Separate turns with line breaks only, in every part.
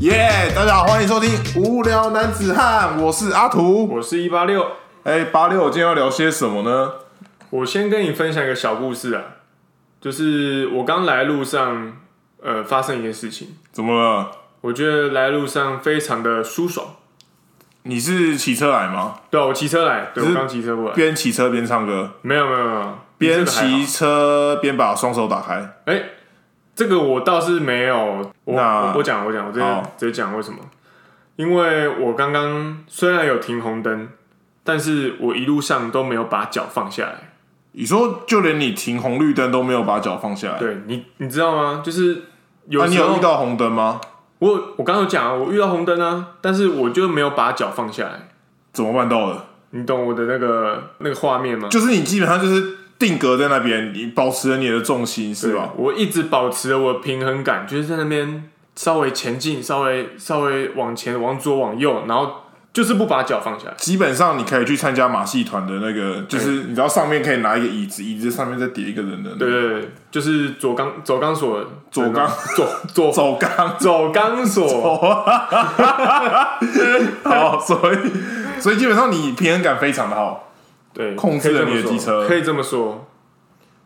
耶大家好，欢迎收听《无聊男子汉》，我是阿图。
我是一八六，
哎，八六，今天要聊些什么呢？
我先跟你分享一个小故事啊，就是我刚来路上，呃，发生一件事情，
怎么了？
我觉得来路上非常的舒爽。
你是骑车来吗？
对啊、我骑车来，对
只是
我刚骑车过来，
边骑车边唱歌，
没有没有没有，
边
你这个还好
骑，车边把双手打开。
哎、这个我倒是没有，我
那
我我讲我讲，我直接
好
直接讲为什么？因为我刚刚虽然有停红灯，但是我一路上都没有把脚放下来。
你说，就连你停红绿灯都没有把脚放下来，
对你，你知道吗？就是有
那、啊
时
你
候、
有遇到红灯吗？
我我刚刚有讲啊，我遇到红灯啊，但是我就没有把脚放下来，
怎么办到的？
你懂我的那个那个画面吗？
就是你基本上就是定格在那边，你保持了你的重心，是
对
吧？？
我一直保持了我的平衡感，就是在那边稍微前进，稍微稍微往前、往左、往右，然后就是不把脚放下来。
基本上你可以去参加马戏团的那个，就是你知道上面可以拿一个椅子，椅子上面再叠一个人的那
对
个
对对，就是左钢左钢索，
左钢
左左
走钢。
左钢索，
好，所以所以基本上你平衡感非常的好。
对，
控制了
可以这么
你的
说
机车
可以这么说。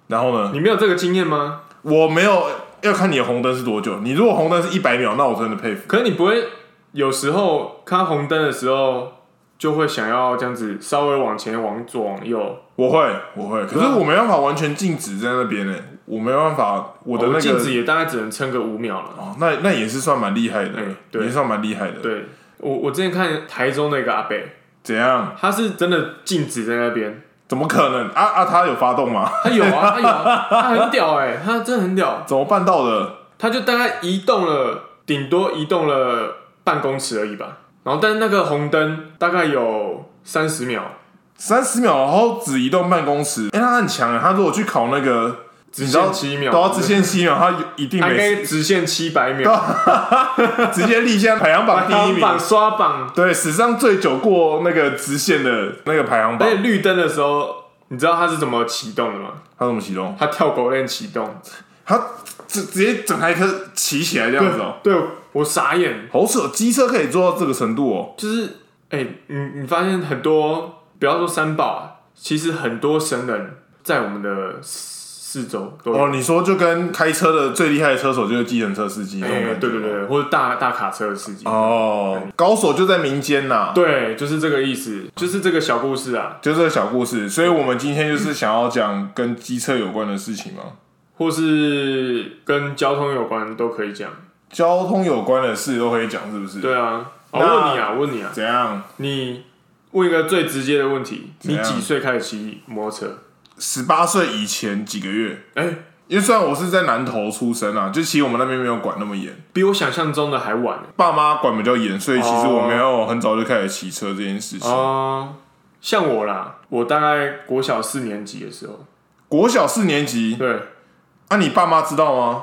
然后呢，
你没有这个经验吗？
我没有要看你的红灯是多久。你如果红灯是一百秒，那我真的佩服。
可是你不会有时候看红灯的时候，就会想要这样子稍微往前、往左、往右。
我会，我会，可
对
是
啊
我没办法完全静止在那边呢、我没办法，哦我的那
哦
个
我镜子也大概只能撑个五秒了。
哦，那那也是算蛮厉害的，
哎对
也是算蛮厉害的。
对我，我之前看台中的一个阿伯，
怎样？
他是真的静止在那边，
怎么可能？啊啊，他有发动吗？
他有啊，他有、啊，他很屌哎、他真的很屌，
怎么办到的？
他就大概移动了，顶多移动了半公尺而已吧。然后，但是那个红灯大概有三十秒，
三十秒，然后只移动办公室。哎、他很强啊！他如果去考那个
直
你知道
线七秒，
都要直，线七秒，他一定
他应
没
该直线七百秒，
直接立下排行榜第一
刷榜
名。
刷榜，
对，史上最久过那个直线的那个排行榜
而且，绿灯的时候，你知道他是怎么启动的吗？
他怎么形容？
他跳狗链启动，
他直直接整台车骑起来这样子哦、
对我傻眼，
好扯！机车可以做到这个程度哦、
就是哎、你你发现很多，不要说三宝啊，其实很多神人在我们的四四周都有。
哦，你说就跟开车的最厉害的车手就是计程车司机那
哎、
种感觉、
对对。对，或者大大卡车的司机，
哦，高手就在民间呐、
对，就是这个意思，就是这个小故事啊，
就这个小故事，所以我们今天就是想要讲跟机车有关的事情嘛。
或是跟交通有关都可以讲。
交通有关的事都可以讲，是不是？，
对啊，我、
那
问你啊，问你啊，
怎样？
你问一个最直接的问题，
怎
你
样
几岁开始骑摩托车？
十八岁以前几个月？
哎、
因为虽然我是在南投出生啊，就其实我们那边没有管那么严，
比我想象中的还晚、
爸妈管比较严，所以其实
哦
我没有很早就开始骑车这件事情。
哦、像我啦，我大概国小四年级的时候，
国小四年级，
对
那、你爸妈知道吗？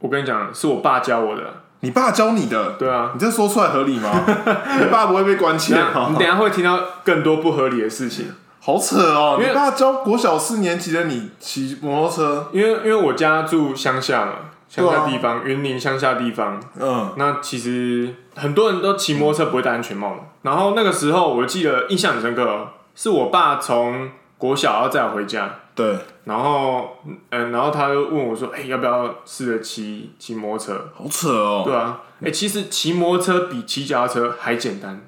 我跟你讲，是我爸教我的。
你爸教你的，
对啊，
你这说出来合理 吗？你爸不会被关切
那你
吗
等？一下会听到更多不合理的事情，
好扯哦！
因
你
为
爸教国小四年级的你骑摩托车，
因为因为我家住乡下嘛，乡
对啊
下地方，云、林乡下地方，
嗯，
那其实很多人都骑摩托车不会戴安全帽嘛。然后那个时候我记得印象很深刻、哦，是我爸从国小要载我回家，
对，
然后嗯，然后他就问我说：“哎、要不要试着骑骑摩托车
好扯？”哦，
对啊，哎、其实骑摩托车比骑脚踏车还简单。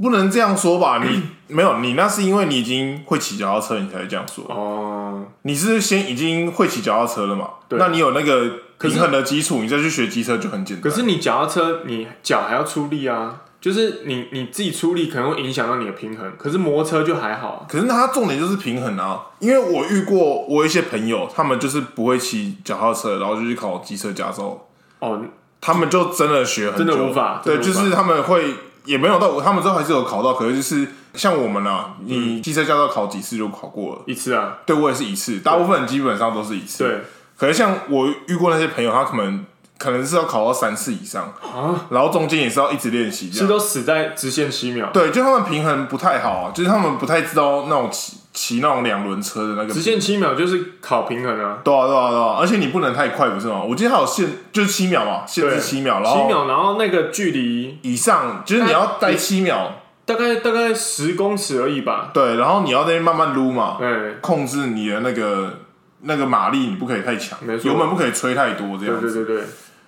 不能这样说吧？你没有，你那是因为你已经会骑脚踏车，你才会这样说。
哦，
你是先已经会骑脚踏车了嘛？
对
那你有那个
可是
平衡的基础，你再去学机车就很简单。
可是你脚踏车，你脚还要出力啊，就是你你自己出力可能会影响到你的平衡，可是摩托车就还好啊。
可是那它重点就是平衡啊，因为我遇过我有一些朋友，他们就是不会骑脚踏车，然后就去考机车驾照，
哦，
他们就真的学很久，
真的无法
对，
真的
就
无法
是他们会也没有到，他们之后还是有考到，可是就是像我们啊，你机车驾照考几次就考过了，
一次啊，
对我也是一次，大部分人基本上都是一次。，
对
可是像我遇过那些朋友，他可能可能是要考到三次以上，
啊，
然后中间也是要一直练习这样
是。都死在直线七秒。
对，就他们平衡不太好啊，就是他们不太知道那种骑骑那种两轮车的那个
直线七秒就是考平衡啊，
对啊，对啊，对啊，而且你不能太快，不是吗？我记得它有限，就是七秒嘛，限制
对
七秒，然
七
后
秒，然后那个距离
以上，就是你要待七秒，
大概大概十公尺而已吧。
对，然后你要在那边慢慢撸嘛，
对
控制你的那个那个马力，你不可以太强
没，错
油门不可以吹太多，这
对
样
对
子。
对对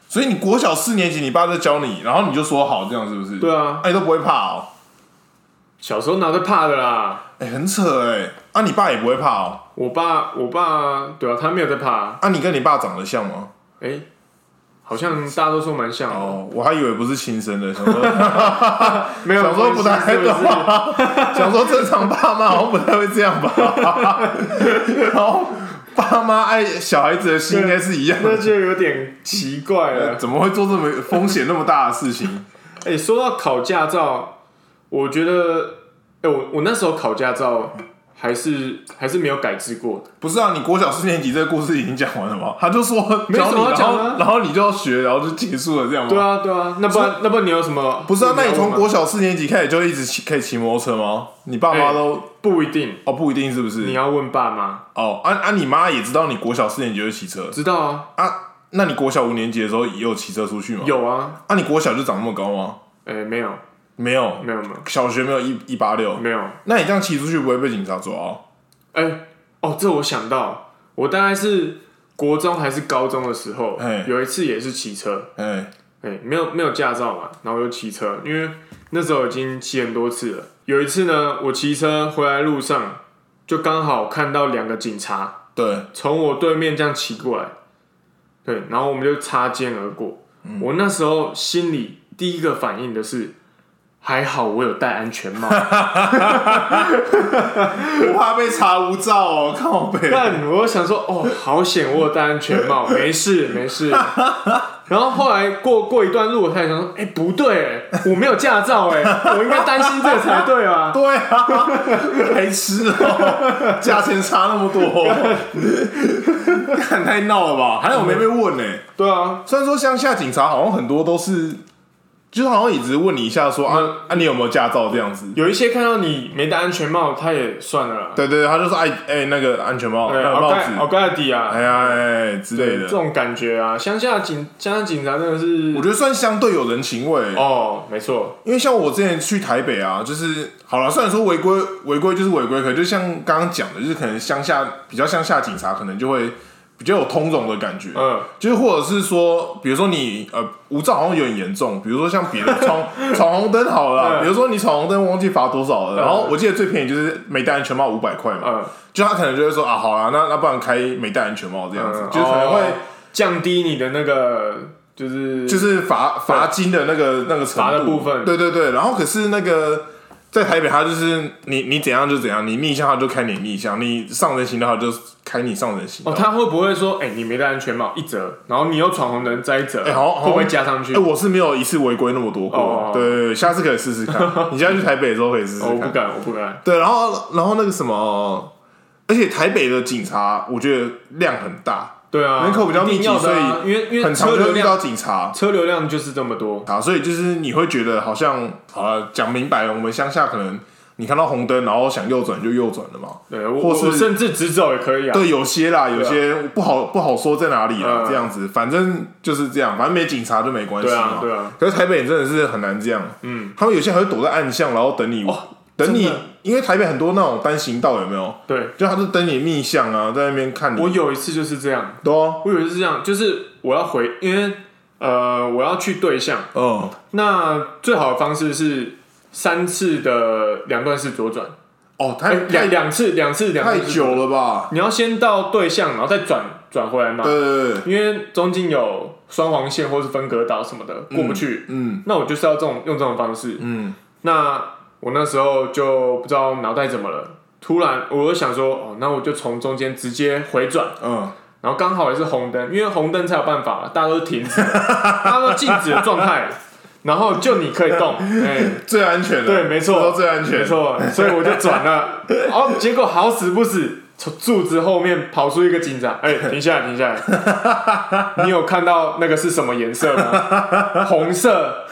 所以你国小四年级，你爸在教你，然后你就说好，这样是不是？
对啊，
哎，都不会怕哦，
小时候哪会怕的啦？
哎，很扯哎，啊，你爸也不会怕哦，
我爸我爸对啊，他没有在怕。
啊，你跟你爸长得像吗？
哎，好像大多数蛮像的，
哦，我还以为不是亲生的，想说
没有
想说
关系
不太
是不
对
是？
吧？想说正常爸妈好像不太会这样吧？ 然后爸妈爱小孩子的心应该是一样
那
的，
就有点奇怪 了。
怎么会做这么风险那么大的事情？
哎、说到考驾照，我觉得，哎、我我那时候考驾照还是还是没有改制过的。
不是啊，你国小四年级这个故事已经讲完了吗？他就说
没
教
什
你，
么好
然
讲的
后
啊
然后你就要学，然后就结束了这样吗？
对，啊，对啊，那不然那不然你有什么？
不是啊，那你从
问吗
国小四年级开始就一直骑可以骑摩托车吗？你爸妈都、
不一定，
哦不一定是不
哎你啊
是？
要问爸妈。
哦，啊啊，你妈也知道你国小四年级会骑车
知道啊，
啊？那你国小五年级的时候也有骑车出去吗？
有啊，
啊，你国小就长那么高吗？
哎、没有，
没有，
没有，没有，
小学没有一一八六。
没有。
那你这样骑出去不会被警察抓哦？
哎、哦，这我想到，我大概是国中还是高中的时候
哎，
有一次也是骑车，
哎，
哎、没有没有驾照嘛，然后我就骑车，因为那时候已经骑很多次了。有一次呢，我骑车回来路上，就刚好看到两个警察
对，
从我对面这样骑过来，对，然后我们就擦肩而过。我那时候心里第一个反应的是，还好我有戴安全帽，
我怕被查无照哦，靠背。
但我想说，哦，好险，我有戴安全 帽，没事没事。然后后来过过一段路，我才想说，哎、不对，我没有驾照，哎，我应该担心这个才对啊。
对啊，白痴哦，价钱差那么多，看太闹了吧？还有没被问呢、欸
对啊，
虽然说乡下警察好像很多都是，就是好像也只是问你一下说啊啊，你有没有驾照这样子。
有一些看到你没戴安全帽，他也算了啦。
对对对，他就说哎哎那个安全帽、那个
奥
帽
盖奥
子，
盖迪啊，
哎呀哎哎之类
对，这
的，
种感觉啊，乡下警乡下警察真的
我
是，
觉得算相对有人情味、
哦，没错，
因为像我之前去台北啊，就是好了，虽然说违规违规就是违规，可就像刚刚讲的，就是可能乡下比较乡下警察可能就会比较有通融的感觉，
嗯，
就是或者是说，比如说你呃无照好像有点严重，比如说像别的闯 闯红灯好了啦，
嗯
比如说你闯红灯忘记罚多少了，然后
嗯
我记得最便宜就是没戴安全帽五百块嘛，
嗯，
就他可能就会说啊好啦，那那不然开没戴安全帽这样子，就是可能会。
哦降低你的那个就是
就是罚罚金的那个那个程
罚
度
的部分
对对对。然后可是那个在台北，他就是你你怎样就怎样，你逆向他就开你逆向，你上人行道他就开你上人行道。
哦，他会不会说，哎、你没戴安全帽一折，然后你又闯红灯再一折，
哎好好
会不会加上去？
哎、我是没有一次违规那么多过，
哦
对对对，下次可以试试 看。你现在去台北的时候可以试试
哦我不
看。
敢，我不敢。
对，然后然后那个什么，而且台北的警察我觉得量很大，
对啊，
人口比较密集
一定要的啊因为因为
很常
车
就
流
遇到
量，
警察
车流量就是这么多。
啊，所以就是你会觉得好像好了，讲明白了，我们乡下可能你看到红灯，然后想右转就右转了嘛。
对，我
或
我
是
我甚至直走也可以啊。
对，有些啦，有些不好不好说在哪里啦，
嗯
这样子，反正就是这样，反正没警察就没关系
对
嘛
啊，。对啊，
可是台北人真的是很难这样，
嗯，
他们有些还会躲在暗巷，然后等你，
哦
等你
真的，
因为台北很多那种单行道有没有？
对。
就他是等你逆向啊，在那边看你。
我有一次就是这样，
对啊，
我有一次是这样，就是我要回，因为呃，我要去对象，
嗯，
那最好的方式是三次的两段式左转，
哦，
哎
太
两
太
两次两次两
太
次左转
久了吧？
你要先到对象，然后再转转回来嘛
对，对对，对
因为中间有双黄线或是分隔岛什么的过不去。
嗯
那我就是要这种用这种方式。
嗯，
那我那时候就不知道脑袋怎么了，突然我就想说，哦，那我就从中间直接回转，
嗯，
然后刚好也是红灯，因为红灯才有办法嘛，大家都停止，大家都静止的状态，然后就你可以动，哎、
最安全的，
对没错
这都最安全，
没错，所以我就 转了，然后结果好死不死，从柱子后面跑出一个警长，哎、 停下来，停下来，你有看到 那个是什么颜色吗？红色，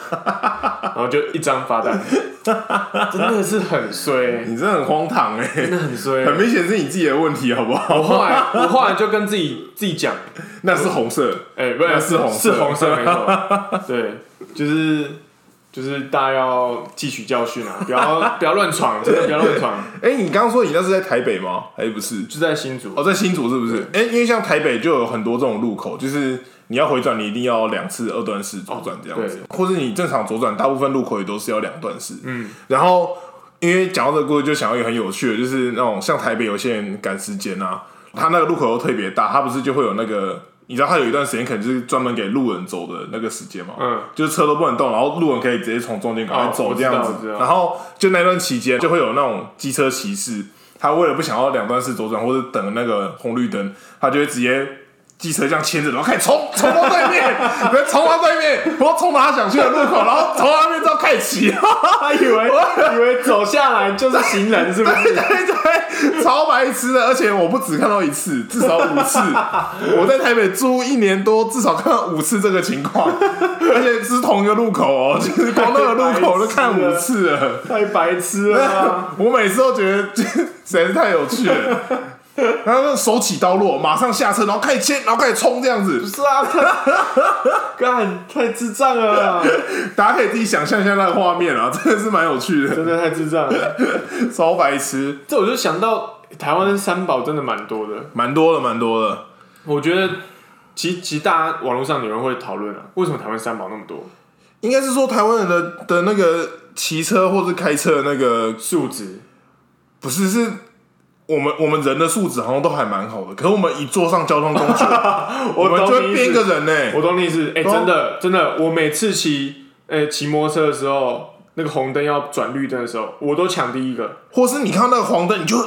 然后就一张罚单，真的是很衰，
你真的很荒唐哎、
真的很衰。
很明显是你自己的问题，好不
我
好？
后来我后来就跟自己自己讲，
那是红色，
哎、不
那
是
是红
是
色
红色没错， 对，就是就是大家要汲取教训啊，不要不要乱闯，真的不要乱闯，
哎、你刚刚说你那是在台北吗？还不是？
就在新竹
哦，，在新竹是不是？哎、因为像台北就有很多这种路口，就是你要回转，你一定要两次二段式左转这样子，或者你正常左转，大部分路口也都是要两段式。嗯，然后因为讲到这个故事，就想到一个很有趣的，就是那种像台北有些人赶时间啊，他那个路口又特别大，他不是就会有那个。你知道他有一段时间可能就是专门给路人走的那个时间嘛，
嗯，
就是车都不能动，然后路人可以直接从中间赶快
哦
走
我
这
知
样
道
子，
我知道
然后就那段期间就会有那种机车骑士，他为了不想要两段式左转或者等那个红绿灯，他就会直接机车这样牵着，然后开始冲冲到对面， 然后冲到对面，然后冲到他想去的路口，然后从他那边之后开始骑，
他以为以为走下来就是行人， 是 不
对
是？
对对，超白痴的。而且我不止看到一次，至少五次。我在台北住一年多，至少看到五次这个情况，而且是同一个路口哦，就是光那个路口我都看五次了。
太白痴了啊、
我每次都觉得这实在是太有趣了。然后就手起刀落，马上下车，然后开始牵，然后开始冲这样子。
是啊，太干太智障了啊，
大家可以自己想象一下那个画面啊，真的是蛮有趣的，
真的太智障了。
超白痴，
这我就想到台湾三宝真的蛮多的，
蛮多的，蛮多的。
我觉得其其实大家网络上有人会讨论啊，为什么台湾三宝那么多？
应该是说台湾人的的那个骑车或是开车的那个，
素质
不是是我们我们人的素质好像都还蛮好的，可是我们一坐上交通工 具，我们就
懂
会
你意
变一
思
个人呢、
我懂你意思，哎、
对啊
真的真的，我每次骑呃骑摩托车的时候，那个红灯要转绿灯的时候，我都抢第一个，
或是你看到那个黄灯，你就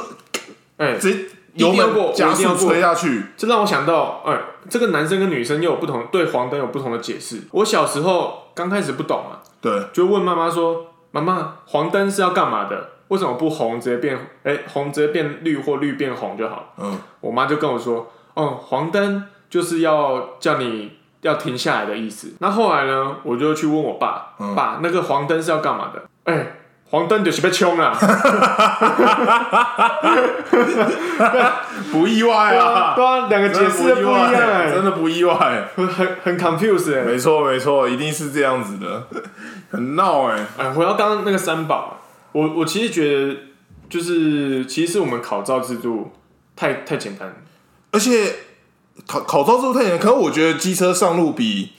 哎、
直接油
一定要过
门加
我一定要
速
过
吹下去。
这让我想到，哎、这个男生跟女生又有不同，对黄灯有不同的解释。我小时候刚开始不懂啊，
对，
就问妈妈说：“妈妈，黄灯是要干嘛的？为什么不红直接变哎、红直接变绿或绿变红就好
嗯，？”
我妈就跟我说：“哦、黄灯就是要叫你 要停下来的意思。”那后来呢，我就去问我爸：“
嗯
爸，那个黄灯是要干嘛的？”哎、黄灯就是被冲啊了，
不意外
对啊，
啊，
对啊两个解释都不一样、哎
真的不意外。
很很很 confused 哎、
没错，没错，一定是这样子的， 很闹哎、
哎，回到刚刚那个三宝，我我其实觉得就是其实是我们考照制度太太简单了，
而且考考照之后太简单，可是我觉得机车上路比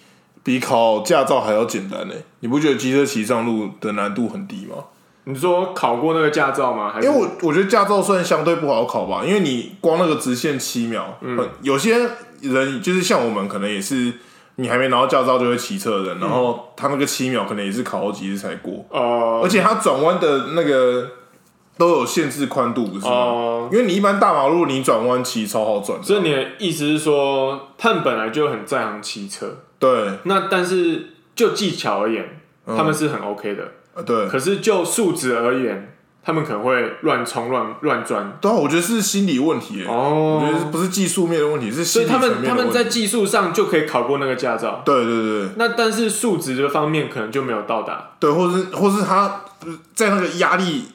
比考驾照还要简单呢、欸你不觉得机车骑上路的难度很低吗？
你说考过那个驾照吗？还是
因为我我觉得驾照算相对不好考吧，因为你光那个直线七秒，嗯，有些人就是像我们，可能也是你还没拿到驾照就会骑车的人，
嗯
然后他那个七秒可能也是考好几次才过，
呃
而且它转弯的那个都有限制宽度，不是吗？
呃，
因为你一般大马路你转弯骑超好转的，
所以你的意思是说，他们本来就很在行骑车，
对
那但是就技巧而言，
嗯
他们是很 OK 的，
呃对
可是就素质而言，他们可能会乱冲乱乱钻
对啊，我觉得是心理问题耶、我觉得是
哦，
不是技术面的问题，是心
所以
理
他
层面的问
们
题。
他们在技术上就可以考过那个驾照，
对对对
那但是数值这方面可能就没有到达。
对，或是或是他呃在那个压力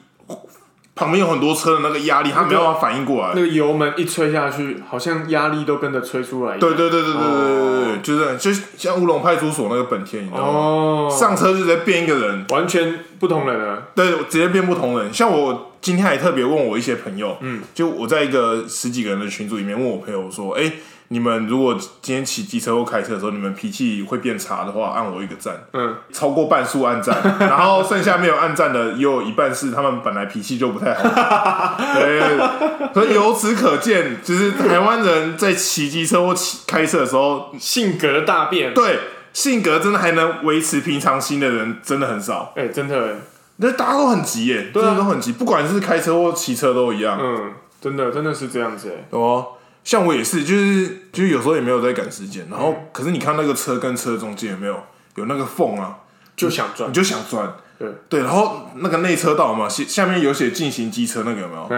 旁边有很多车的那个压力，他没有办法反应过来。
那个油门一吹下去，好像压力都跟着吹出来一样。
对对对对对对对对，
哦
就是就像乌龙派出所那个本田，你知道吗？
哦，
上车就直接变一个人，
完全不同人了。
对，我直接变不同人。像我今天还特别问我一些朋友，嗯，就我在一个十几个人的群组里面问我朋友说，哎、你们如果今天骑机车或开车的时候，你们脾气会变差的话，按我一个赞，
嗯，
超过半数按 赞，然后剩下没有按赞的也有一半是他们本来脾气就不太好。 对，所以由此可见，就是台湾人在骑机车或骑开车的时候，
性格大变。
对性格真的还能维持平常心的人真的很少。
哎、真的，
那大家都很急耶，
对啊
真的都很急，不管是开车或骑车都一样，
嗯，真的，真的是这样子。哎，
懂吗？像我也是，就是就是有时候也没有在赶时间，然后、可是你看那个车跟车中间有没有有那个缝啊，
就想转
你。就想钻，
对
对，然后那个内车道嘛，下下面有写进行机车那个有没有？哎、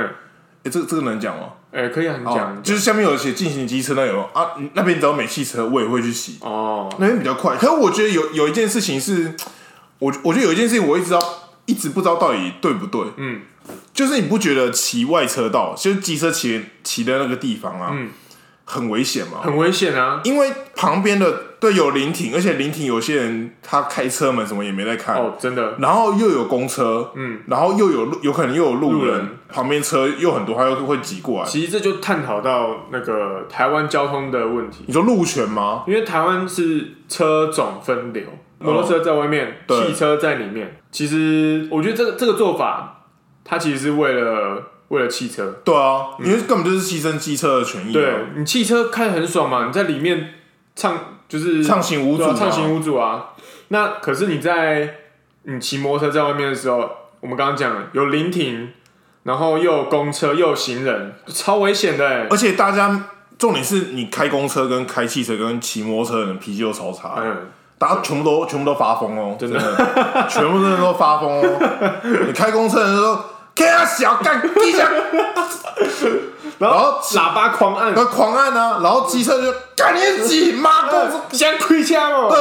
嗯，
这这个能讲吗？
哎、可以啊，你讲。
哦就是下面有写进行机车那个有没有啊？那边只要没汽车，我也会去洗，
哦，
那边比较快。可是我觉得有有一件事情是，我我觉得有一件事情我一直到一直不知道到底对不对。
嗯，
就是你不觉得骑外车道，就是机车骑骑的那个地方啊，
嗯
很危险吗？
很危险啊。
因为旁边的对有临停，而且临停有些人他开车门什么也没在看，
哦，真的，
然后又有公车，
嗯，
然后又有路，有可能又有路人，
路人
旁边车又很多，他又会挤过来。
其实这就探讨到那个台湾交通的问题，
你说路权吗？
因为台湾是车种分流，摩托车在外面，
哦对
汽车在里面。其实我觉得这个这个做法，它其实是为了为了汽车，
对啊，因为根本就是牺牲机车的权益、啊，
嗯对，你汽车开得很爽嘛，你在里面畅就是
畅行无阻、
对啊畅行
无
无阻啊。那可是你在你骑摩托车在外面的时候，我们刚刚讲了有临停，然后又有公车又有行人，超危险的、欸。
而且大家重点是你开公车、跟开汽车、跟骑摩托车的人脾气都超差，
嗯，
大家全部都全部都发疯哦，真的，全部真的都发疯哦。 你开公车的人说开啊小干地下，然后
喇叭狂按，
然后狂按啊，然后机车就赶紧挤，妈
哎
公车
想开枪哦，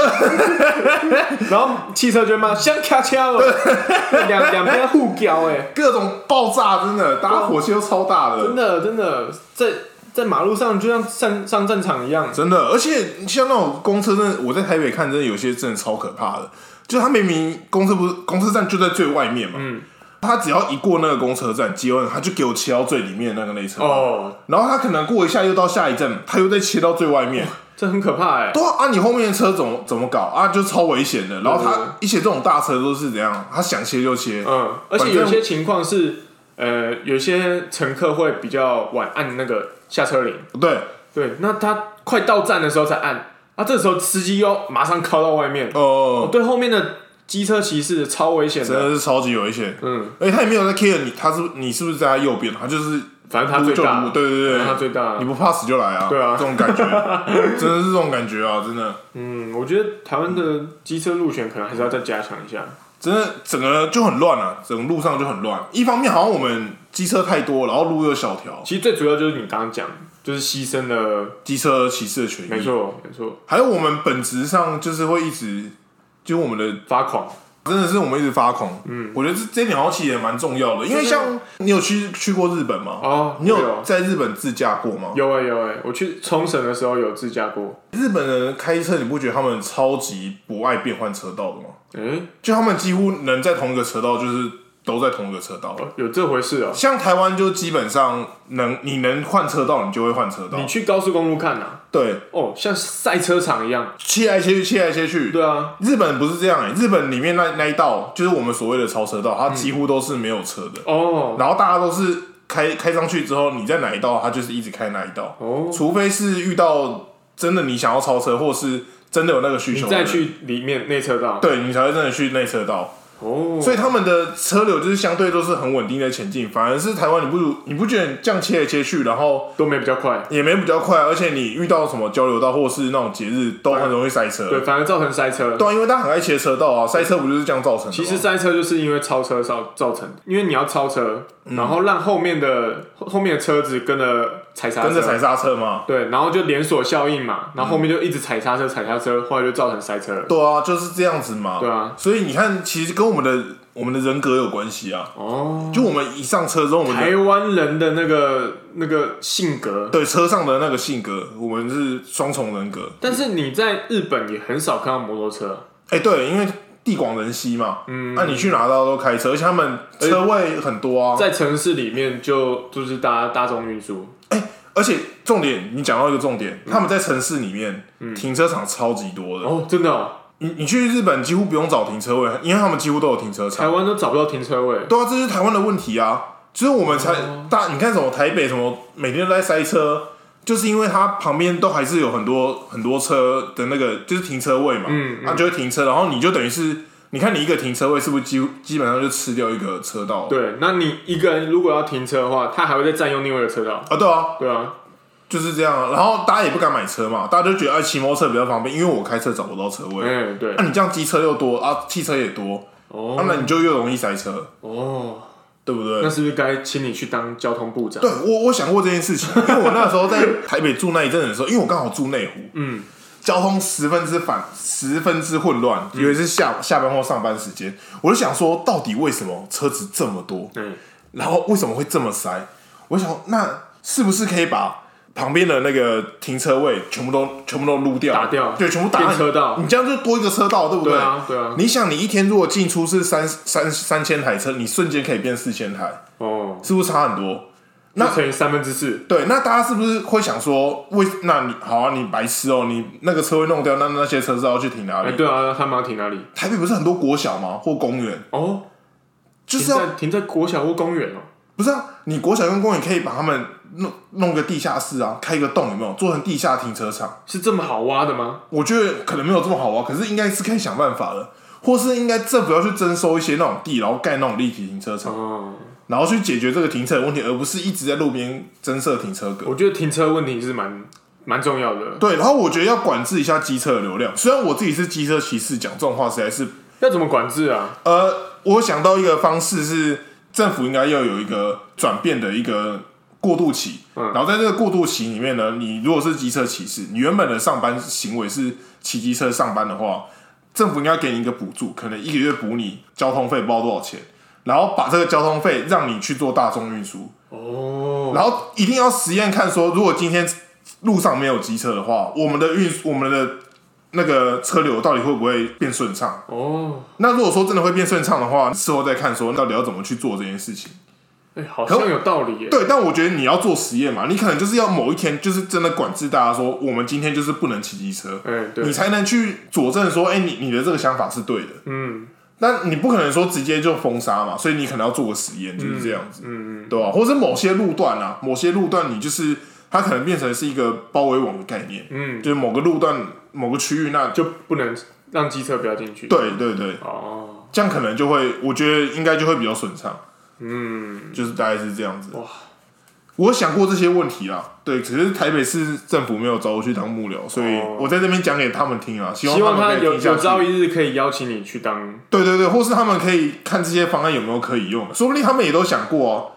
然后汽车就会骂想开枪哦， 两两边互飙哎、欸
各种爆炸，真的，大家火气都超大
真
的。
的真的在在马路上就像上上战场一样，
真的，而且像那种公车，真的我在台北看，真的有些真的超可怕的。就是他明明公车不是公车站就在最外面嘛，
嗯
他只要一过那个公车站，接完他就给我切到最里面的那个内侧，
哦，
然后他可能过一下又到下一站，他又再切到最外面，
这很可怕哎、
对啊，啊你后面的车怎么怎么搞啊，就超危险的。然后
对对
他一些这种大车都是怎样，他想切就切，
嗯，而且有些情况是，呃，有些乘客会比较晚按那个下车铃，
对，
对，那他快到站的时候才按，啊，这时候司机又马上靠到外面，
哦、
对后面的机车骑士超危险
真
的，
的是超级危险。
嗯，
而且他也没有在 care 你，他是你是不是在他右边，他就是
反正他
撸
最
就撸
大，
对对
反正他
对，
最大
你，不怕死就来啊，
对啊
这种感觉， 真的是这种感觉啊，真的，
嗯，我觉得台湾的机车路权可能还是要再加强一下，
真的整个就很乱啊，整个路上就很乱。一方面好像我们机车太多，然后路又小条，
其实最主要就是你刚刚讲，就是牺牲了，
机车骑士的权益，
没错没错，
还有我们本质上就是会一直，就是我们的
发狂，
真的是我们一直发狂。嗯，我觉得这这点好像其实也蛮重要的，因为像你有去去过日本吗？
哦，
你
有
有在日本自驾过吗？
有哎、有哎、我去冲绳的时候有自驾过，
日本人开车，你不觉得他们超级不爱变换车道的吗？
嗯。
就他们几乎能在同一个车道，就是都在同一个车道。
哦有这回事哦、
像台湾就基本上能你能换车道，你就会换车道
你。去高速公路看呐、
对，
哦，像赛车场一样。
切来切去，切来切去。
对啊，
日本不是这样哎、日本里面那那一道就是我们所谓的超车道，它几乎都是没有车的，
哦
然后大家都是开开上去之后，你在哪一道，它就是一直开哪一道，
哦，
除非是遇到真的你想要超车，或是真的有那个需
你
求的
再
人，
去里面内车道。
对你才会真的去内车道，
哦，
所以他们的车流就是相对都是很稳定的前进，反而是台湾你不如你不觉得这样切来切去，然后
都没比较快。
也没比较快，而且你遇到什么交流道或是那种节日都很容易塞车，
对，反而造成塞车。
对啊，因为大家很爱切车道啊，塞车不就是这样造成的吗？哦
其实塞车就是因为超车造造成的，因为你要超车，
嗯
然后让后面的后后面的车子跟着踩刹车，
跟着踩刹车嘛。
对，然后就连锁效应嘛，然后后面就一直踩刹车，踩刹车，后来就造成塞车了。
嗯对啊，就是这样子嘛。
对啊，
所以你看，其实跟我们的我们的人格有关系啊。
哦，
就我们一上车之后，我们的
台湾人的那个那个性格，
对车上的那个性格，我们是双重人格。
但是你在日本也很少看到摩托车。
哎、对，因为地广人稀嘛，嗯，那、你去哪到都开车，而且他们车位很多啊。
在城市里面就就是搭大众运输，
而且重点，你讲到一个重点，他们在城市里面、停车场超级多的。
嗯哦，真的、哦，
你你去日本几乎不用找停车位，因为他们几乎都有停车场
台。湾都找不到停车位，
对啊，这就是台湾的问题啊！就是我们才、
哦
大，你看什么台北什么每天都在塞车，就是因为它旁边都还是有很多很多车的那个就是停车位嘛，
嗯
它、就会停车，然后你就等于是你看你一个停车位是不是基乎基本上就吃掉一个车道？
对，那你一个人如果要停车的话，他还会再占用另外一个车道，
啊，对啊，
对啊，
就是这样啊。然后大家也不敢买车嘛，大家就觉得哎骑摩托车比较方便，因为我开车找不到车位。
嗯，对
那、，你这样机车又多啊，汽车也多，啊
哦
那你就越容易塞车，
哦，
对不对？
那是不是该请你去当交通部长
对？我，我想过这件事情，因为我那时候在台北住那一阵子的时候，因为我刚好住内湖，
嗯，
交通十分之反十分之混乱，尤其是下下班或上班时间，我就想说，到底为什么车子这么多？
嗯，
然后为什么会这么塞？我想，那是不是可以把旁边的那个停车位全部都全部都撸掉，
打掉
对，全部打
变车道
你这样就多一个车道，对不对？
对啊对啊
你想，你一天如果进出是三三三千台车，你瞬间可以变四千台，
哦，
是不是差很多？那
就乘以三分之四，
对，那大家是不是会想说，为那你好啊，你白痴哦，你那个车位弄掉，那那些车是要去停哪
哎，
里？
对啊，他们要停哪里？
台北不是很多国小吗？或公园，
哦，
就
停
是要
在停在国小或公园哦，
不是啊？你国小跟公园可以把他们弄弄个地下室啊，开一个洞，有没有做成地下停车场？
是这么好挖的吗？
我觉得可能没有这么好啊，可是应该是可以想办法的，或是应该政府要去征收一些那种地，然后盖那种立体停车场，
哦，
然后去解决这个停车的问题，而不是一直在路边增设停车格。
我觉得停车问题是蛮蛮重要的，
对，然后我觉得要管制一下机车的流量。虽然我自己是机车骑士，讲这种话实在是……
要怎么管制啊？
呃，我想到一个方式是，政府应该要有一个转变的一个过渡期。
嗯
然后在这个过渡期里面呢，你如果是机车骑士，你原本的上班行为是骑机车上班的话，政府应该给你一个补助，可能一个月补你交通费，不知道多少钱。然后把这个交通费让你去做大众运输，
哦，
然后一定要实验看说，如果今天路上没有机车的话，我们的运我们的那个车流到底会不会变顺畅？
哦，
那如果说真的会变顺畅的话，事后再看说到底要怎么去做这件事情。
哎，好
可
像有道理耶。
对，但我觉得你要做实验嘛，你可能就是要某一天就是真的管制大家说，我们今天就是不能骑机车，
哎，
你
对，
才能去佐证说，哎，你你的这个想法是对的。
嗯
那你不可能说直接就封杀嘛，所以你可能要做个实验，就是这样子。
嗯嗯，
对吧、或者某些路段啊，某些路段你就是它可能变成是一个包围网的概念，
嗯，
就是某个路段、某个区域那就
就不能让机车不要进去。，
对对对，
哦，
这样可能就会，我觉得应该就会比较顺畅，
嗯，
就是大概是这样子。
哇，
我想过这些问题啦，对，只是台北市政府没有找我去当幕僚，所以
哦
我在这边讲给他们听啊，希
希望
他
他
们可以
有
听下
有
去。
朝一日可以邀请你去当，
对对对，或是他们可以看这些方案有没有可以用的，说不定他们也都想过哦、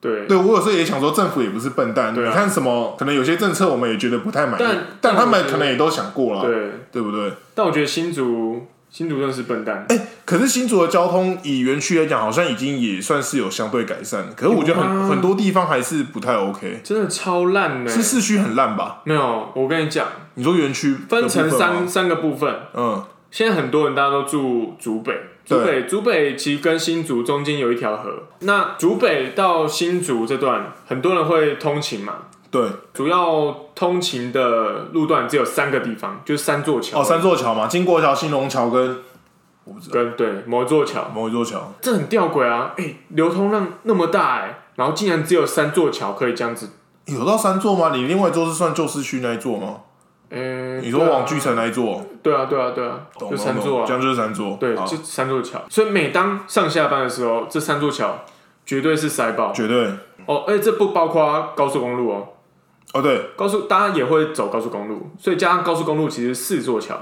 对，
对，我有时候也想说，政府也不是笨蛋。
对啊
你看什么，可能有些政策我们也觉得不太满意，
但
但
但
他
我
们
觉得
可能也都想过了，
对，
对不对？
但我觉得新竹新竹真的是笨蛋。
哎、可是新竹的交通以园区来讲，好像已经也算是有相对改善了。可是我觉得
有
很
吗
很多地方还是不太 OK，
真的超烂呢、
是市区很烂吧？
没有，我跟你讲，
你说园区的
分成
部分吗
三，三个部分。
嗯，
现在很多人大家都住竹北，竹
对
北竹北其实跟新竹中间有一条河。那竹北到新竹这段，很多人会通勤嘛。
对，
主要通勤的路段只有三个地方，就是三座桥
哦，三座桥嘛，经过桥、兴隆桥跟我不知道
跟对某一座桥，
某一座桥，
这很吊诡啊！哎、流通量那么大哎、然后竟然只有三座桥可以这样子。
有到三座吗？你另外一座是算旧市区那一座吗？
呃、
你说
对啊
往巨城那一座，
对啊，对啊，对啊，
懂
就
懂
三
懂
座啊
这，样就是三座，
对，
好
就三座桥。所以每当上下班的时候，这三座桥绝对是塞爆
绝对，
哦。而且这不包括高速公路哦，
哦，对，
高速大家也会走高速公路，所以加上高速公路其实四座桥，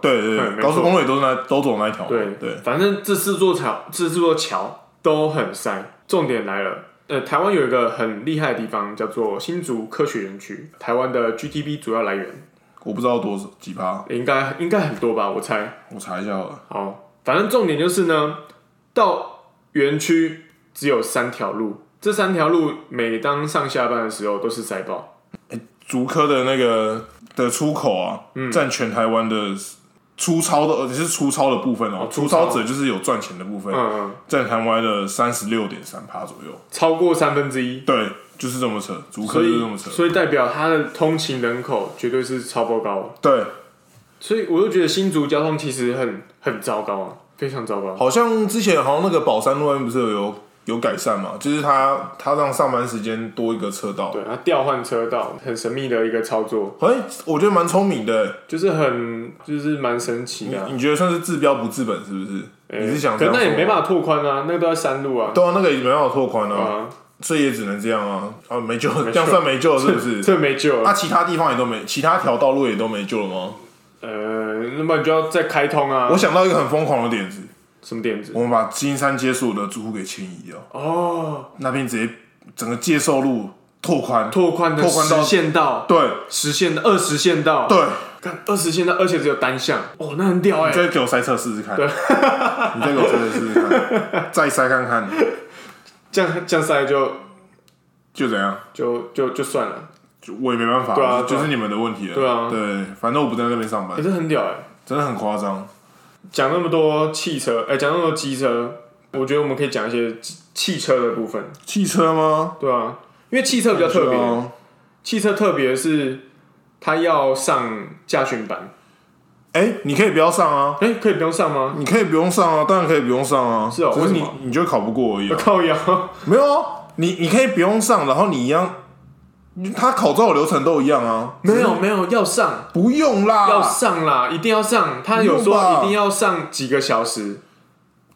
对对
对
对，
没
高速
错
公路也都是那都走那一条嘛。
对
对，
反正这四座桥，这四座桥都很塞。重点来了，呃，台湾有一个很厉害的地方叫做新竹科学园区，台湾的 GDP 主要来源
我不知道多少几趴，
应该应该很多吧，我猜。
我查一下好了。
好，反正重点就是呢，到园区只有三条路，这三条路每当上下班的时候都是塞爆。
竹科的那个的出口啊，
嗯
占全台湾的粗糙的，而且是粗糙的部分哦
哦，
粗
粗
糙
糙
者就是有赚钱的部分
嗯，嗯，
占台湾的三十六点三趴左右。
超过三分之一，
对，就是这么扯，竹科
所
就是这
以
么扯。
所以代表它的通勤人口绝对是超爆高。
对，
所以我就觉得新竹交通其实很很糟糕啊，非常糟糕。
好像之前好像那个宝山路那边不是有有有改善嘛，就是他他让上班时间多一个车道。
对，它调换车道，很神秘的一个操作，
哎，我觉得蛮聪明的欸，
就是很就是蛮神奇
你
的啊、
你觉得算是治标不治本是不是？
欸
你是想这
可
样
那也
说
没
吗
办法拓宽啊，那个都在山路啊。
对啊，那个也没办法拓宽啊，
啊，
所以也只能这样啊，啊没救，
救
这样算没救了是不是？
这没救了。
那其他地方也都没，其他条道路也都没救了吗？
呃，那么你就要再开通啊。
我想到一个很疯狂的点子，
什么点子？
我们把金山街所有的住户给迁移掉，
哦，
那边直接整个介寿路拓宽，
拓宽的
拓宽到
实线道，
对
实线的二十线道，
对，
干，二十线道，而且只有单向，哦，那很屌哎、
你再给我塞车试试看，
对
你再给我塞车试试 看，再塞看看，
这样这样塞就
就怎样？
就就就算了，
就我也没办法，
对啊
就
对啊
是你们的问题了。
对啊
对，反正我不在那边上班
可、，是很屌哎、
真的很夸张。
讲那么多汽车，哎、讲那么多机车，我觉得我们可以讲一些汽汽车的部分，
汽车吗？
对啊，因为汽车比较特别，
是啊
汽车特别是它要上驾训班，
哎、你可以不要上啊，
哎、可以不用上吗？
你可以不用上啊，当然可以不用上啊。
是哦
只是
为
你
什么
你就考不过而已、啊。
靠 腰，
没有啊，你你可以不用上，然后你一样，他考照的流程都一样啊。
没有没有要上。
不用
要
啦，
上啦，一定要上。他有
不用吧
说一定要上几个小时，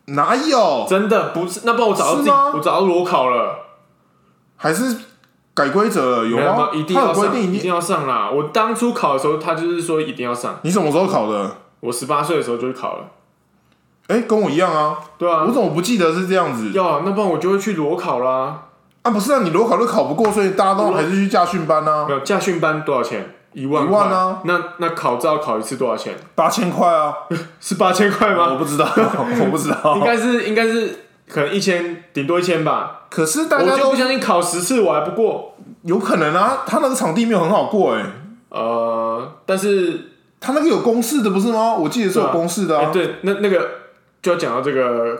哪有？
真的不是。那不然我找到自己，
是吗
我找到裸考了。
还是改规则了？有
没有，
吗
没有？一定
他
要
有规
上，
定
一
一定。
定要上啦。我当初考的时候，他就是说一定要上。
你什么时候考的？
我十八岁的时候就去考了。
哎、跟我一样啊。
对
我
啊，
怎么不记得是这样子
要啊，那不然我就会去裸考啦。
啊？不是啊，你裸考都考不过，所以大家都还是去驾训班啊
没，有驾训班多少钱？一万
一
块
万啊
那那考照考一次多少钱？
八千块啊。
是八千块
我
吗？
不知道， 我不知道
啊应。该是应该是可能一千，顶多一千吧。
可是大
我
家
就不
都
相信考十次我还不过。
有可能啊，他那个场地没有很好过哎、
呃，但是
他那个有公式的不是吗？我记得是有公式的
哎、
啊。
对，那那个就要讲到这个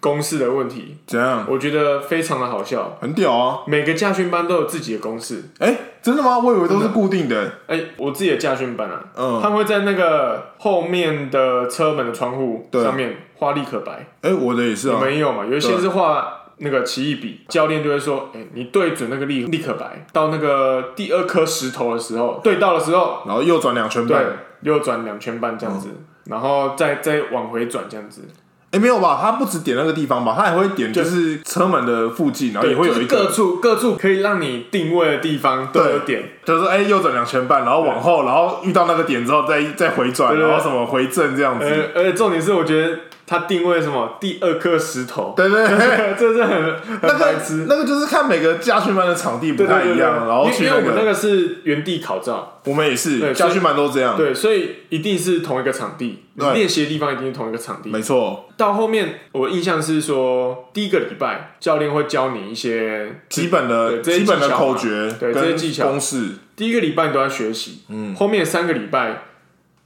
公式的问题，
怎样？
我觉得非常的好笑。
很屌啊！
每个驾训班都有自己的公式。
哎、真的吗？我以为都是固定的欸、
哎、我自己的驾训班啊，
嗯
他们会在那个后面的车门的窗户
对
上面画立可白，
哎、我的也是
你
啊。
们也有嘛？有一些
对
是画那个奇异笔，教练就会说：“哎、你对准那个立立可白，到那个第二颗石头的时候，对到的时候，
然后右转两圈
对
半。，
右转两圈半这样子，
嗯
然后再再往回转这样子。”
哎、没有吧？他不止点那个地方吧？他还会点就是车门的附近，然后
对，
也会有
就是
一
各
个，
处各处可以让你定位的地方都有点，
就是说哎、右转两圈半，然后往后，然后遇到那个点之后再再回转，
对对对
然后什么回正这样子。
呃，而且重点是我觉得它定位什么第二颗石头，
对对对。
这是很
那
很白
个
痴。
那个就是看每个家训班的场地不
对对
太
对
一
对，
样，然后
因
去
为因为我们那
个
个是原地考照，
我们也
对
是
所以
家训班都这样，
对，所以一定是同一个场地，你
嗯对
练习的地方一定是同一个场地
没。错，
到后面我印象是说，第一个礼拜教练会教你一些
基本的
对这些
基本的
技巧嘛
口诀
对这些技
跟
巧
公式，
第一个礼拜你都在学习，嗯，后面三个礼拜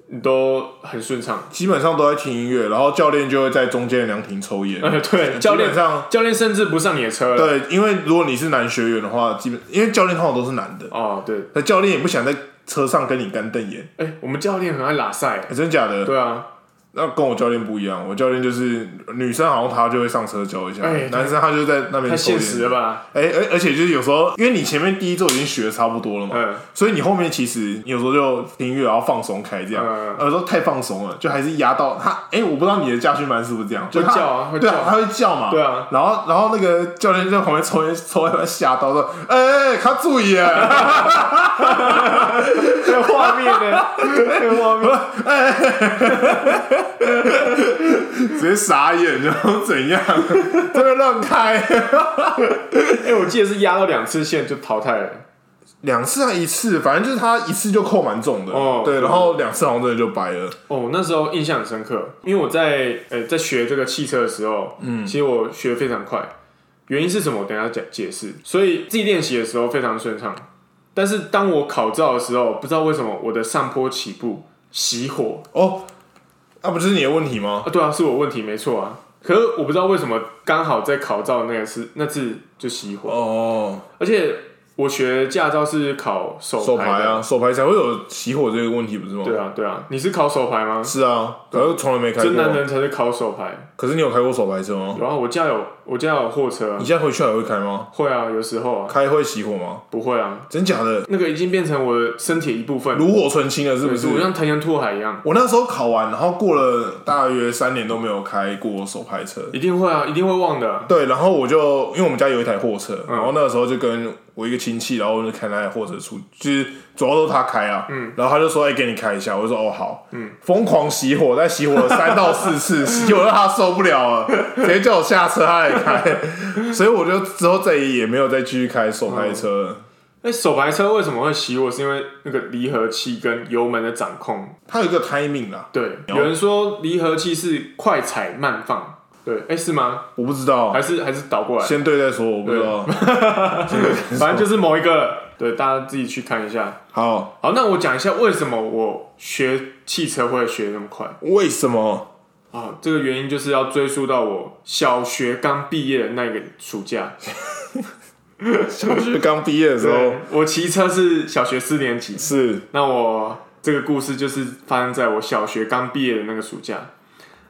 你都很顺畅。
基本上都在听音乐，然后教练就会在中间的凉亭抽烟。
呃， 对，教
嗯基
练
本上
教练甚至不上你的车了。
对，因为如果你是男学员的话，基本因为教练通常都是男的，
哦，对，
那教练也不想在车上跟你干瞪眼，
哎、我们教练很爱拉塞
哎。真假的？
对啊，
那跟我教练不一样，我教练就是女生好像他就会上车教一下
哎，
男生他就在那边抽
太现
烟。
实了吧？
哎，而而且就是有时候，因为你前面第一周已经学的差不多了嘛，
嗯，
所以你后面其实有时候就听音乐，然后放松开这样，
嗯
有时候太放松了，就还是压到他。哎、我不知道你的驾训班是不是这样，就他
会叫啊会
对
叫
他会叫嘛，
对啊。
然后，然后那个教练就在旁边抽烟，抽烟吓到说：“ 哎、他注意啊！
这个画面呢？这个画 面，
直接傻眼，然后怎样？ 这边乱开，
哎、我记得是压到两次线就淘汰了。
两次还一次，反正就是他一次就扣蛮重的，
哦
对，然后两次好像真的就掰了，
哦，那时候印象很深刻，因为我在呃、在学这个汽车的时候，嗯，其实我学得非常快，原因是什么？我等一下讲解释。所以自己练习的时候非常顺畅，但是当我考照的时候，不知道为什么我的上坡起步熄火，
哦，那、不就是你的问题吗？
啊，对啊，是我问题没错啊。可是我不知道为什么刚好在考照那个次那次就熄火，
哦，
而且我学驾照是考手
手
牌
牌
的
啊，手牌才会有起火这个问题，不是吗？
对啊对啊，你是考手牌吗？
是啊，可是从来没开
真男
过。
人才是考手牌。
可是你有开过手排车吗？
然后我家有我家有货车啊
你，现在回去还会开吗？
会啊，有时候啊
开会熄火吗？
不会啊，
真假的？
那个已经变成我的身体的一部分，
炉火纯青了是不
对
是？
我像藤原拓海一样，
我那时候考完，然后过了大约三年都没有开过手排车。
一定会啊，一定会忘的啊。
对，然后我就因为我们家有一台货车，然后那个时候就跟我一个亲戚，然后就开那台货车出，就是主要都是他开啊，嗯，然后他就说，哎、给你开一下，我就说，哦，好，嗯，疯狂熄火，在熄火了三到四次，熄火到他受不了了，直嗯接叫我下车，他也开，所以我就之后再也没有再继续开手排车了，
那哎手排车为什么会熄火？是因为那个离合器跟油门的掌控。
它有一个 timing 啦，
对，有人说离合器是快踩慢放，对，哎、是吗？
我不知道
还，是还是倒过来？
先对再说，我不知道。先对再说
反正就是某一个了。对，大家自己去看一下。
好，
好，那我讲一下为什么我学汽车会学那么快
为什么
啊？这个原因就是要追溯到我小学刚毕业的那个暑假。
小学刚毕业的时候
对，哦我骑车是小学四年级，
是
那我这个故事就是发生在我小学刚毕业的那个暑假。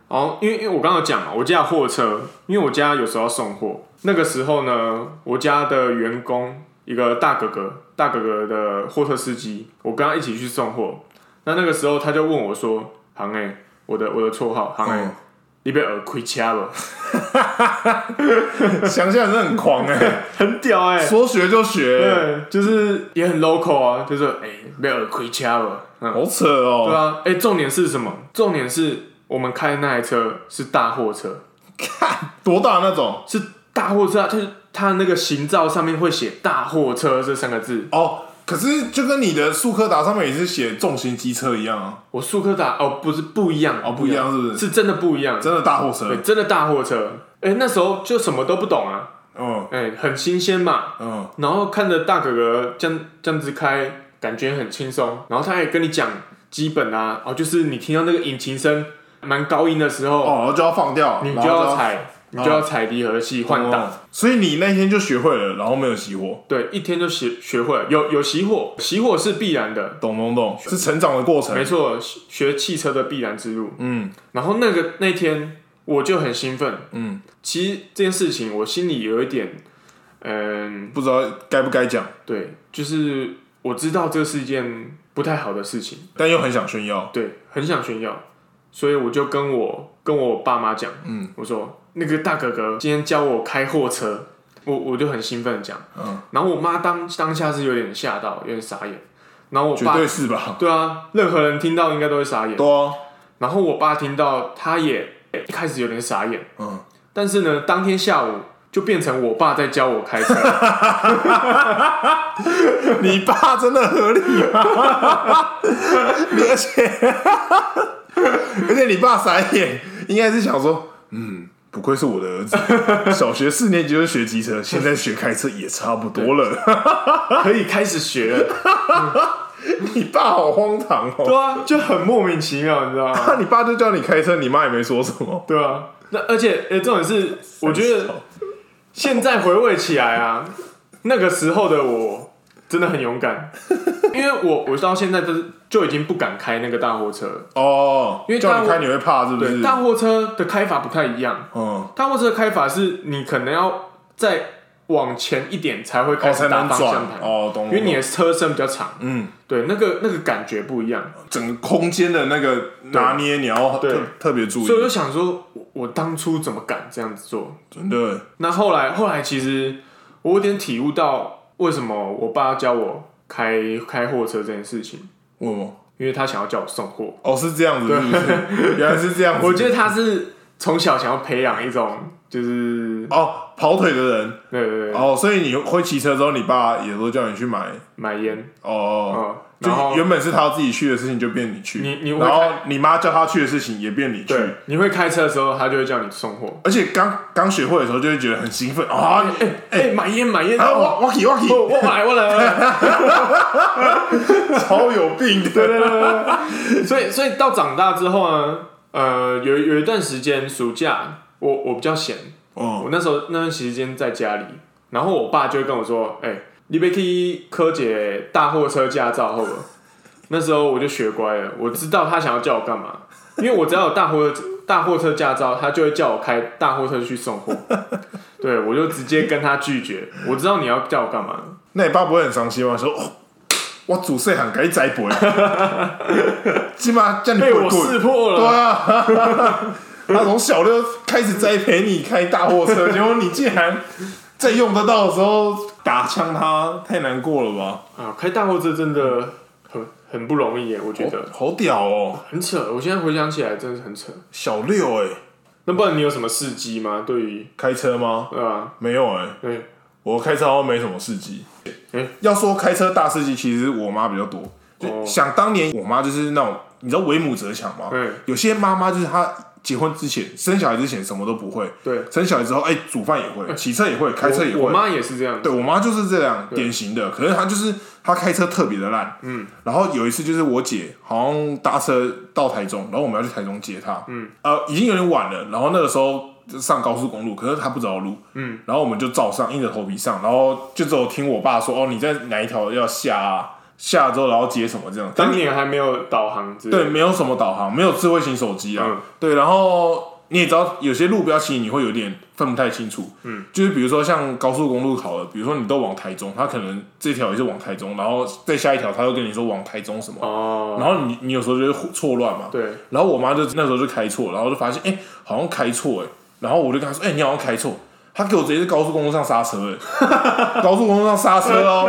哦，因为因为我刚刚有讲嘛，我家有货车，因为我家有时候要送货。那个时候呢，我家的员工一个大哥哥，大哥哥的货车司机，我跟他一起去送货。那那个时候他就问我说：“行哎、我的我的绰号行哎、
嗯
你被耳亏掐了，
想起来真的很狂哎，
很屌哎、
说学就学，
对，就是也很 local 啊，就是哎、被耳亏掐了，嗯，
好扯哦。
对啊，哎、重点是什么？重点是我们开的那台车是大货车，
看多大那种
是大货车啊，就是它那个行照上面会写“大货车”这三个字。
哦。可是就跟你的速克达上面也是写重型机车一样啊，
我速克达哦，不是不一样
哦，不一，样是不是？
是真的不一样，
真的大货
对，
车，
真的大货车。哎、那时候就什么都不懂啊，
嗯
哎、很新鲜嘛。
嗯，
然后看着大哥哥这样这样子开，感觉很轻松。然后他也跟你讲基本啊，哦，就是你听到那个引擎声蛮高音的时候，
哦，然后就要放掉，
你
然
就
后
要踩，你就要踩离合器换挡。
哦所以你那天就学会了，然后没有熄火，
对，一天就学学会了。有有熄火，熄火是必然的，
懂懂懂，是成长的过程
没。错，学学汽车的必然之路。
嗯
然后那个那天我就很兴奋，
嗯，
其实这件事情我心里有一点，嗯，
不知道该不该讲，
对，就是我知道这是一件不太好的事情，
但又很想炫耀。
对，很想炫耀，所以我就跟我跟我爸妈讲，嗯，我说那个大哥哥今天教我开货车，我我就很兴奋地讲，
嗯，
然后我妈当当下是有点吓到，有点傻眼，然后我
绝
爸
对是吧？
对啊，任何人听到应该都会傻眼。
对啊，
然后我爸听到，他也一开始有点傻眼，
嗯，
但是呢，当天下午就变成我爸在教我开车，
你爸真的合理吗？你而且而且你爸傻眼，应该是想说，嗯，不愧是我的儿子，小学四年级就学机车，现在学开车也差不多了。
可以开始学了。
你爸好荒唐哦。
对啊，就很莫名其妙，你知道吗？
那你爸就叫你开车，你妈也没说什么。
对啊，那而且呃，重点是，我觉得现在回味起来啊，那个时候的我真的很勇敢，因为我我到现在都是就已经不敢开那个大货车了，
哦，
因为大
叫你开你会怕 是不
对，
是？
大货车的开法不太一样。
嗯，
大货车的开法是你可能要再往前一点才会开
哦，
始
才
打
能
方
转
向盘，
哦，懂。
因为你
懂
的车身比较长，
嗯，
对，那个那个感觉不一样。
整个空间的那个拿捏，你要
对
特特别注
所以我
意，
就想说，我我当初怎么敢这样子做？
真的。
那后来后来其实我有点体悟到为什么我爸教我开开货车这件事情，
为什么？
因为他想要叫我送货。
哦，是这样子，是不是？原啊来是这样子。
我觉得他是从小想要培养一种就是
哦，跑腿的人
对对对，
哦，所以你会骑车之后，你爸也都叫你去买
买烟
哦。
哦，
就
然后
原本是他自己去的事情，就变你去；
你你会
然后你妈叫他去的事情，也变你去。
对，你会开车的时候，他就会叫你送货。
而且刚刚学会的时候，就会觉得很兴奋啊！
哎哎，买烟买烟，哦
啊，
我
我我起我起，
我 我买我了。
超有病的。 对对对，
所以所以到长大之后呢，呃，有有一段时间暑假，我我比较闲，
哦，
我那时候那段时间在家里，然后我爸就会跟我说，哎，你别去科姐大货车驾照后了。 那时候我就学乖了，我知道他想要叫我干嘛，因为我只要有大货车大货车驾照，他就会叫我开大货车去送货。 对，我就直接跟他拒绝，我知道你要叫我干嘛。
那你爸不会很伤心吗？说哦， 我祖辈很该 栽培，起码叫你
被
滚
哎我
滚。
识破
对
了。
啊，他从小就开始栽培你开大货车，结果你竟然在用得到的时候打枪他，太难过了吧？
啊，开大货车真的很很不容易耶，我觉得
好屌哦，
很扯。我现在回想起来，真的很扯。
小六哎、
那不然你有什么事迹吗？对于
开车吗？
对吧？
没有哎、
对，
我开车好像没什么事迹。
诶
要说开车大事迹，其实我妈比较多。
嗯哦嗯
就想当年，我妈就是那种你知道为母则强吗？
对
有些妈妈就是她结婚之前生小孩之前什么都不会，
对，
生小孩之后，哎、煮饭也会，骑车也会，开车也会。
嗯我我妈也是这样，
对我妈就是这样典型的，可是她就是她开车特别的烂，嗯，然后有一次就是我姐好像搭车到台中，然后我们要去台中接她，嗯，呃，已经有点晚了，然后那个时候就上高速公路，可是她不知道路，嗯，然后我们就照上，硬着头皮上，然后就只有听我爸说，哦，你在哪一条要下啊？下之后然后接什么这样，但
当年还没有导航之类
对，
的，
没有什么导航，没有智慧型手机啊。
嗯
对，然后你也知道，有些路标其实你会有点分不太清楚。嗯，就是比如说像高速公路好了，比如说你都往台中，它可能这条也是往台中，然后再下一条，它又跟你说往台中什么，
哦，
然后你你有时候就会错乱嘛。
对，
然后我妈就那时候就开错，然后就发现哎、好像开错哎、然后我就跟她说哎、你好像开错，她给我直接在高速公路上刹车 哎、高速公路上刹车哦，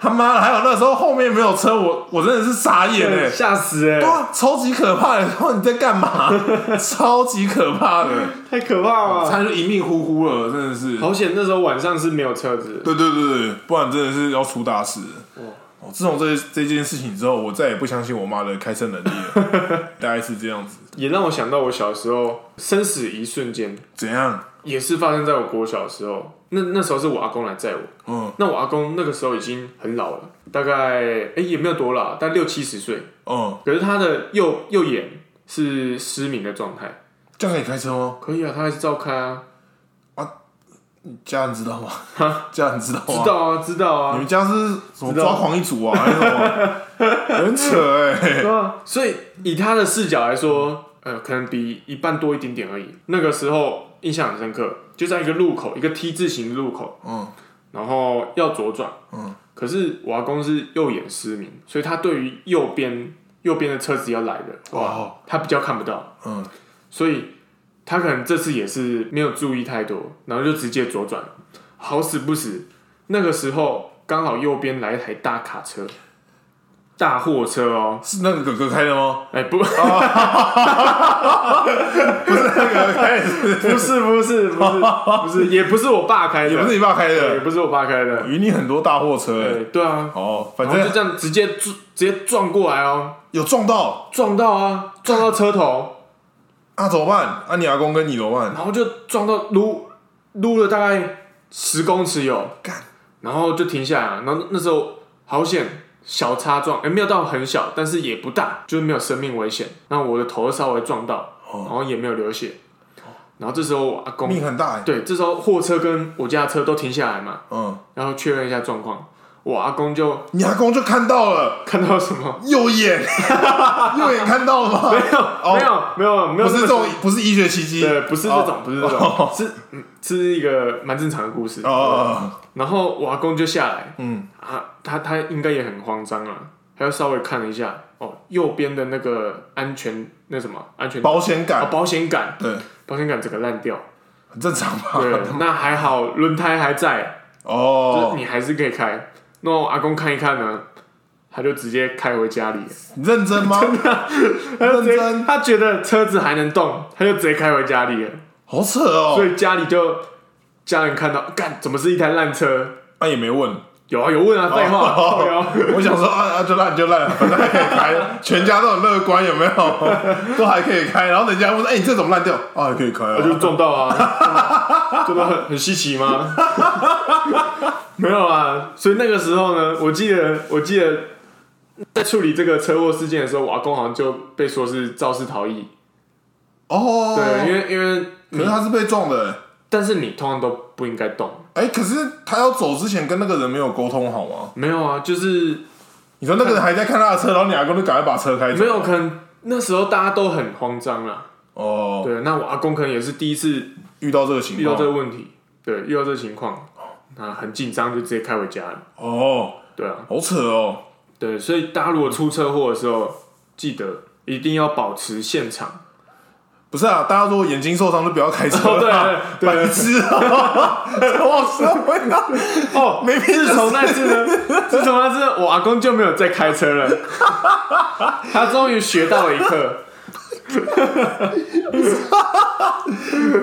他妈的，还有那时候后面没有车，我我真的是傻眼哎、
吓死哎、
哇，超级可怕的！然后你在干 嘛？超级可怕 的，
太可怕了吧，
差点就一命呼呼了，真的是。
好险那时候晚上是没有车子的，
对对对对，不然真的是要出大事了。哦，自从这这件事情之后，我再也不相信我妈的开车能力了， 大概是这样子。
也让我想到我小时候生死一瞬间，
怎样？
也是发生在我国小的时候。那那时候是我阿公来载我，
嗯，
那我阿公那个时候已经很老了，大概哎、也没有多老，但六七十岁。
嗯，
可是他的右右眼是失明的状态。
这样可以开车吗？
可以啊，他还是照开啊，
家人知道吗？家人知道吗？
知道啊，知道
你
啊，
们家是什么
知道
抓狂一族啊？还是什么？ 很扯哎、
对啊。所以以他的视角来说，呃，可能比一半多一点点而已。那个时候印象很深刻，就在一个路口，一个 T 字形的路口，
嗯，
然后要左转，
嗯，
可是我阿公是右眼失明，所以他对于右边右边的车子要来的，
哦，
他比较看不到，
嗯，
所以他可能这次也是没有注意太多，然后就直接左转，好死不死，那个时候刚好右边来一台大卡车，大货车哦，
是那个哥哥开的吗？
哎、不，
那个开的是，
不是不是不是不是，也不是我爸开
也不
的，
是你爸开
也
的，
不是我爸开的，
云林很多大货车哎、
对对啊，
哦，
然
反
后就
正
这样直接直直接撞过来哦。
有撞到
撞到啊，撞到车头，
啊，怎么办？啊，你阿公跟你怎么办？
然后就撞到撸撸了大概十公尺有，
干
然后就停下来啊了。然后那时候好险，小擦撞，哎、没有到很小，但是也不大，就是没有生命危险。然后我的头稍微撞到，然后也没有流血。然后这时候我阿公，
哦命很大、欸，
对，这时候货车跟我家的车都停下来嘛，
嗯，
然后确认一下状况。我阿公就
你阿公就看到了
看到什么？
右 眼，右眼看到了吗？
没有，没有，没有，没
哦不
有那么
是这种，不是医学奇迹，
对，不是这种
哦，
不是这种，是嗯是一个蛮正常的故事。
哦哦，
然后我阿公就下来，
嗯，
啊，他他应该也很慌张啊，他就稍微看了一下，哦，右边的那个安全那什么安全
保险
啊
杆，
保险杆，
对，
保险杆整个烂掉，
很正常吧？
对，那还好轮胎还在，就是
哦，
你还是可以开。那我阿公看一看呢，他就直接开回 家里了，
你认真 吗？
他就直接
认真
他觉得车子还能动，他就直接开回家里了，
好扯哦
所，以家里就家人看到，干怎么是一台烂车？
那也没问。
有啊，有问啊，废 话，
哦
对啊。
我想说啊啊，就烂就烂，反正还可以开，全家都很乐观，有没有？都还可以开。然后人家问说，哎，你这怎么烂掉？啊，还可以开啊，
我就撞到 啊，撞到很很稀奇吗？没有啊，所以那个时候呢，我记得我记得在处理这个车祸事件的时候，我阿公好像就被说是肇事逃逸，
哦，
对，因为因为
可是
你，
他是被撞的、欸
但是你通常都不应该动，
哎、可是他要走之前跟那个人没有沟通好吗？
没有啊，就是
你说那个人还在看他的车，然后你阿公就赶快把车开走
没。有可能那时候大家都很慌张啦，
哦，
对，那我阿公可能也是第一次
遇到这个情
遇到
况，
这个问题，对，遇到这个情况，那很紧张就直接开回家了，
哦，
对啊。
好扯哦，
对，所以大家如果出车祸的时候，记得一定要保持 现场。
不是啊，大家如果眼睛受伤就不要开车、
哦对
啊
对 对
白痴啊、我社会啊，
哦，
没必
自
要
从那次呢， 自从那次我阿公就没有再开车了，他终于学到了一课。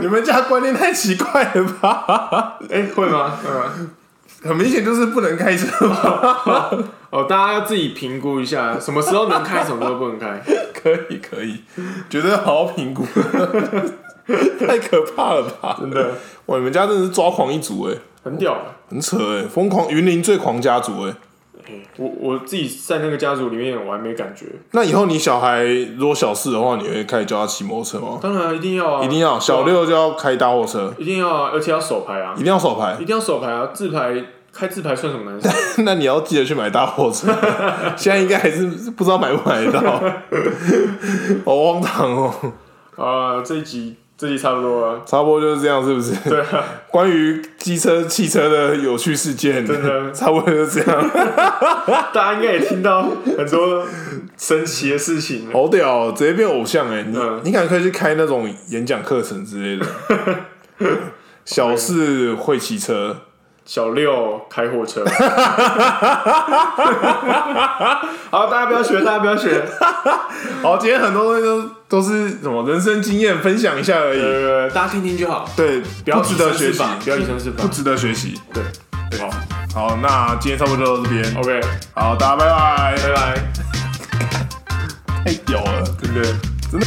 你们家观念太奇怪了吧？
哎、会吗？会吗？
很明显就是不能开车嘛，
哦，大家要自己评估一下，什么时候能开，什么时候不能开。
可以可以，绝对好好评估， 太可怕了吧？
真的
哇，你们家真的是抓狂一族哎、
很屌。
很扯哎、疯狂云林最狂家族哎、
我我自己在那个家族里面，我还没感觉。
那以后你小孩如果小事的话，你会开始教他骑摩托车吗？
当然啊一定要啊，
一定要，小六就要开大货车，
一定要啊，而且要手牌啊
一，定要手牌
一。定要手牌啊，自牌开自牌算什么难事？
那你要记得去买大货车， 现在应该还是不知道买不买得到， 好荒唐哦。
啊，这一集这一集差不多了，
差不多就是这样，是不是？
对啊，
关于机车、汽车的有趣事件，
真 的
差不多就是这样。
大家应该也听到很多神奇的事情了。
好屌哦、直接变偶像哎、你、
嗯
你感觉可以去开那种演讲课程之类的。 小四会骑车，
小六开货车， 好，大家不要学，大家不要学，
好，哦今天很多东西都都是什么人生经验分享一下而已。
呃，大家听听就好，
对，不
不要
值得学习，
不要以身试法
不，值得学习。
对，好
好，那今天差不多到这边。
，OK，
好，大家拜拜。哎
拜拜，
太屌了，
哎对不对？
真的。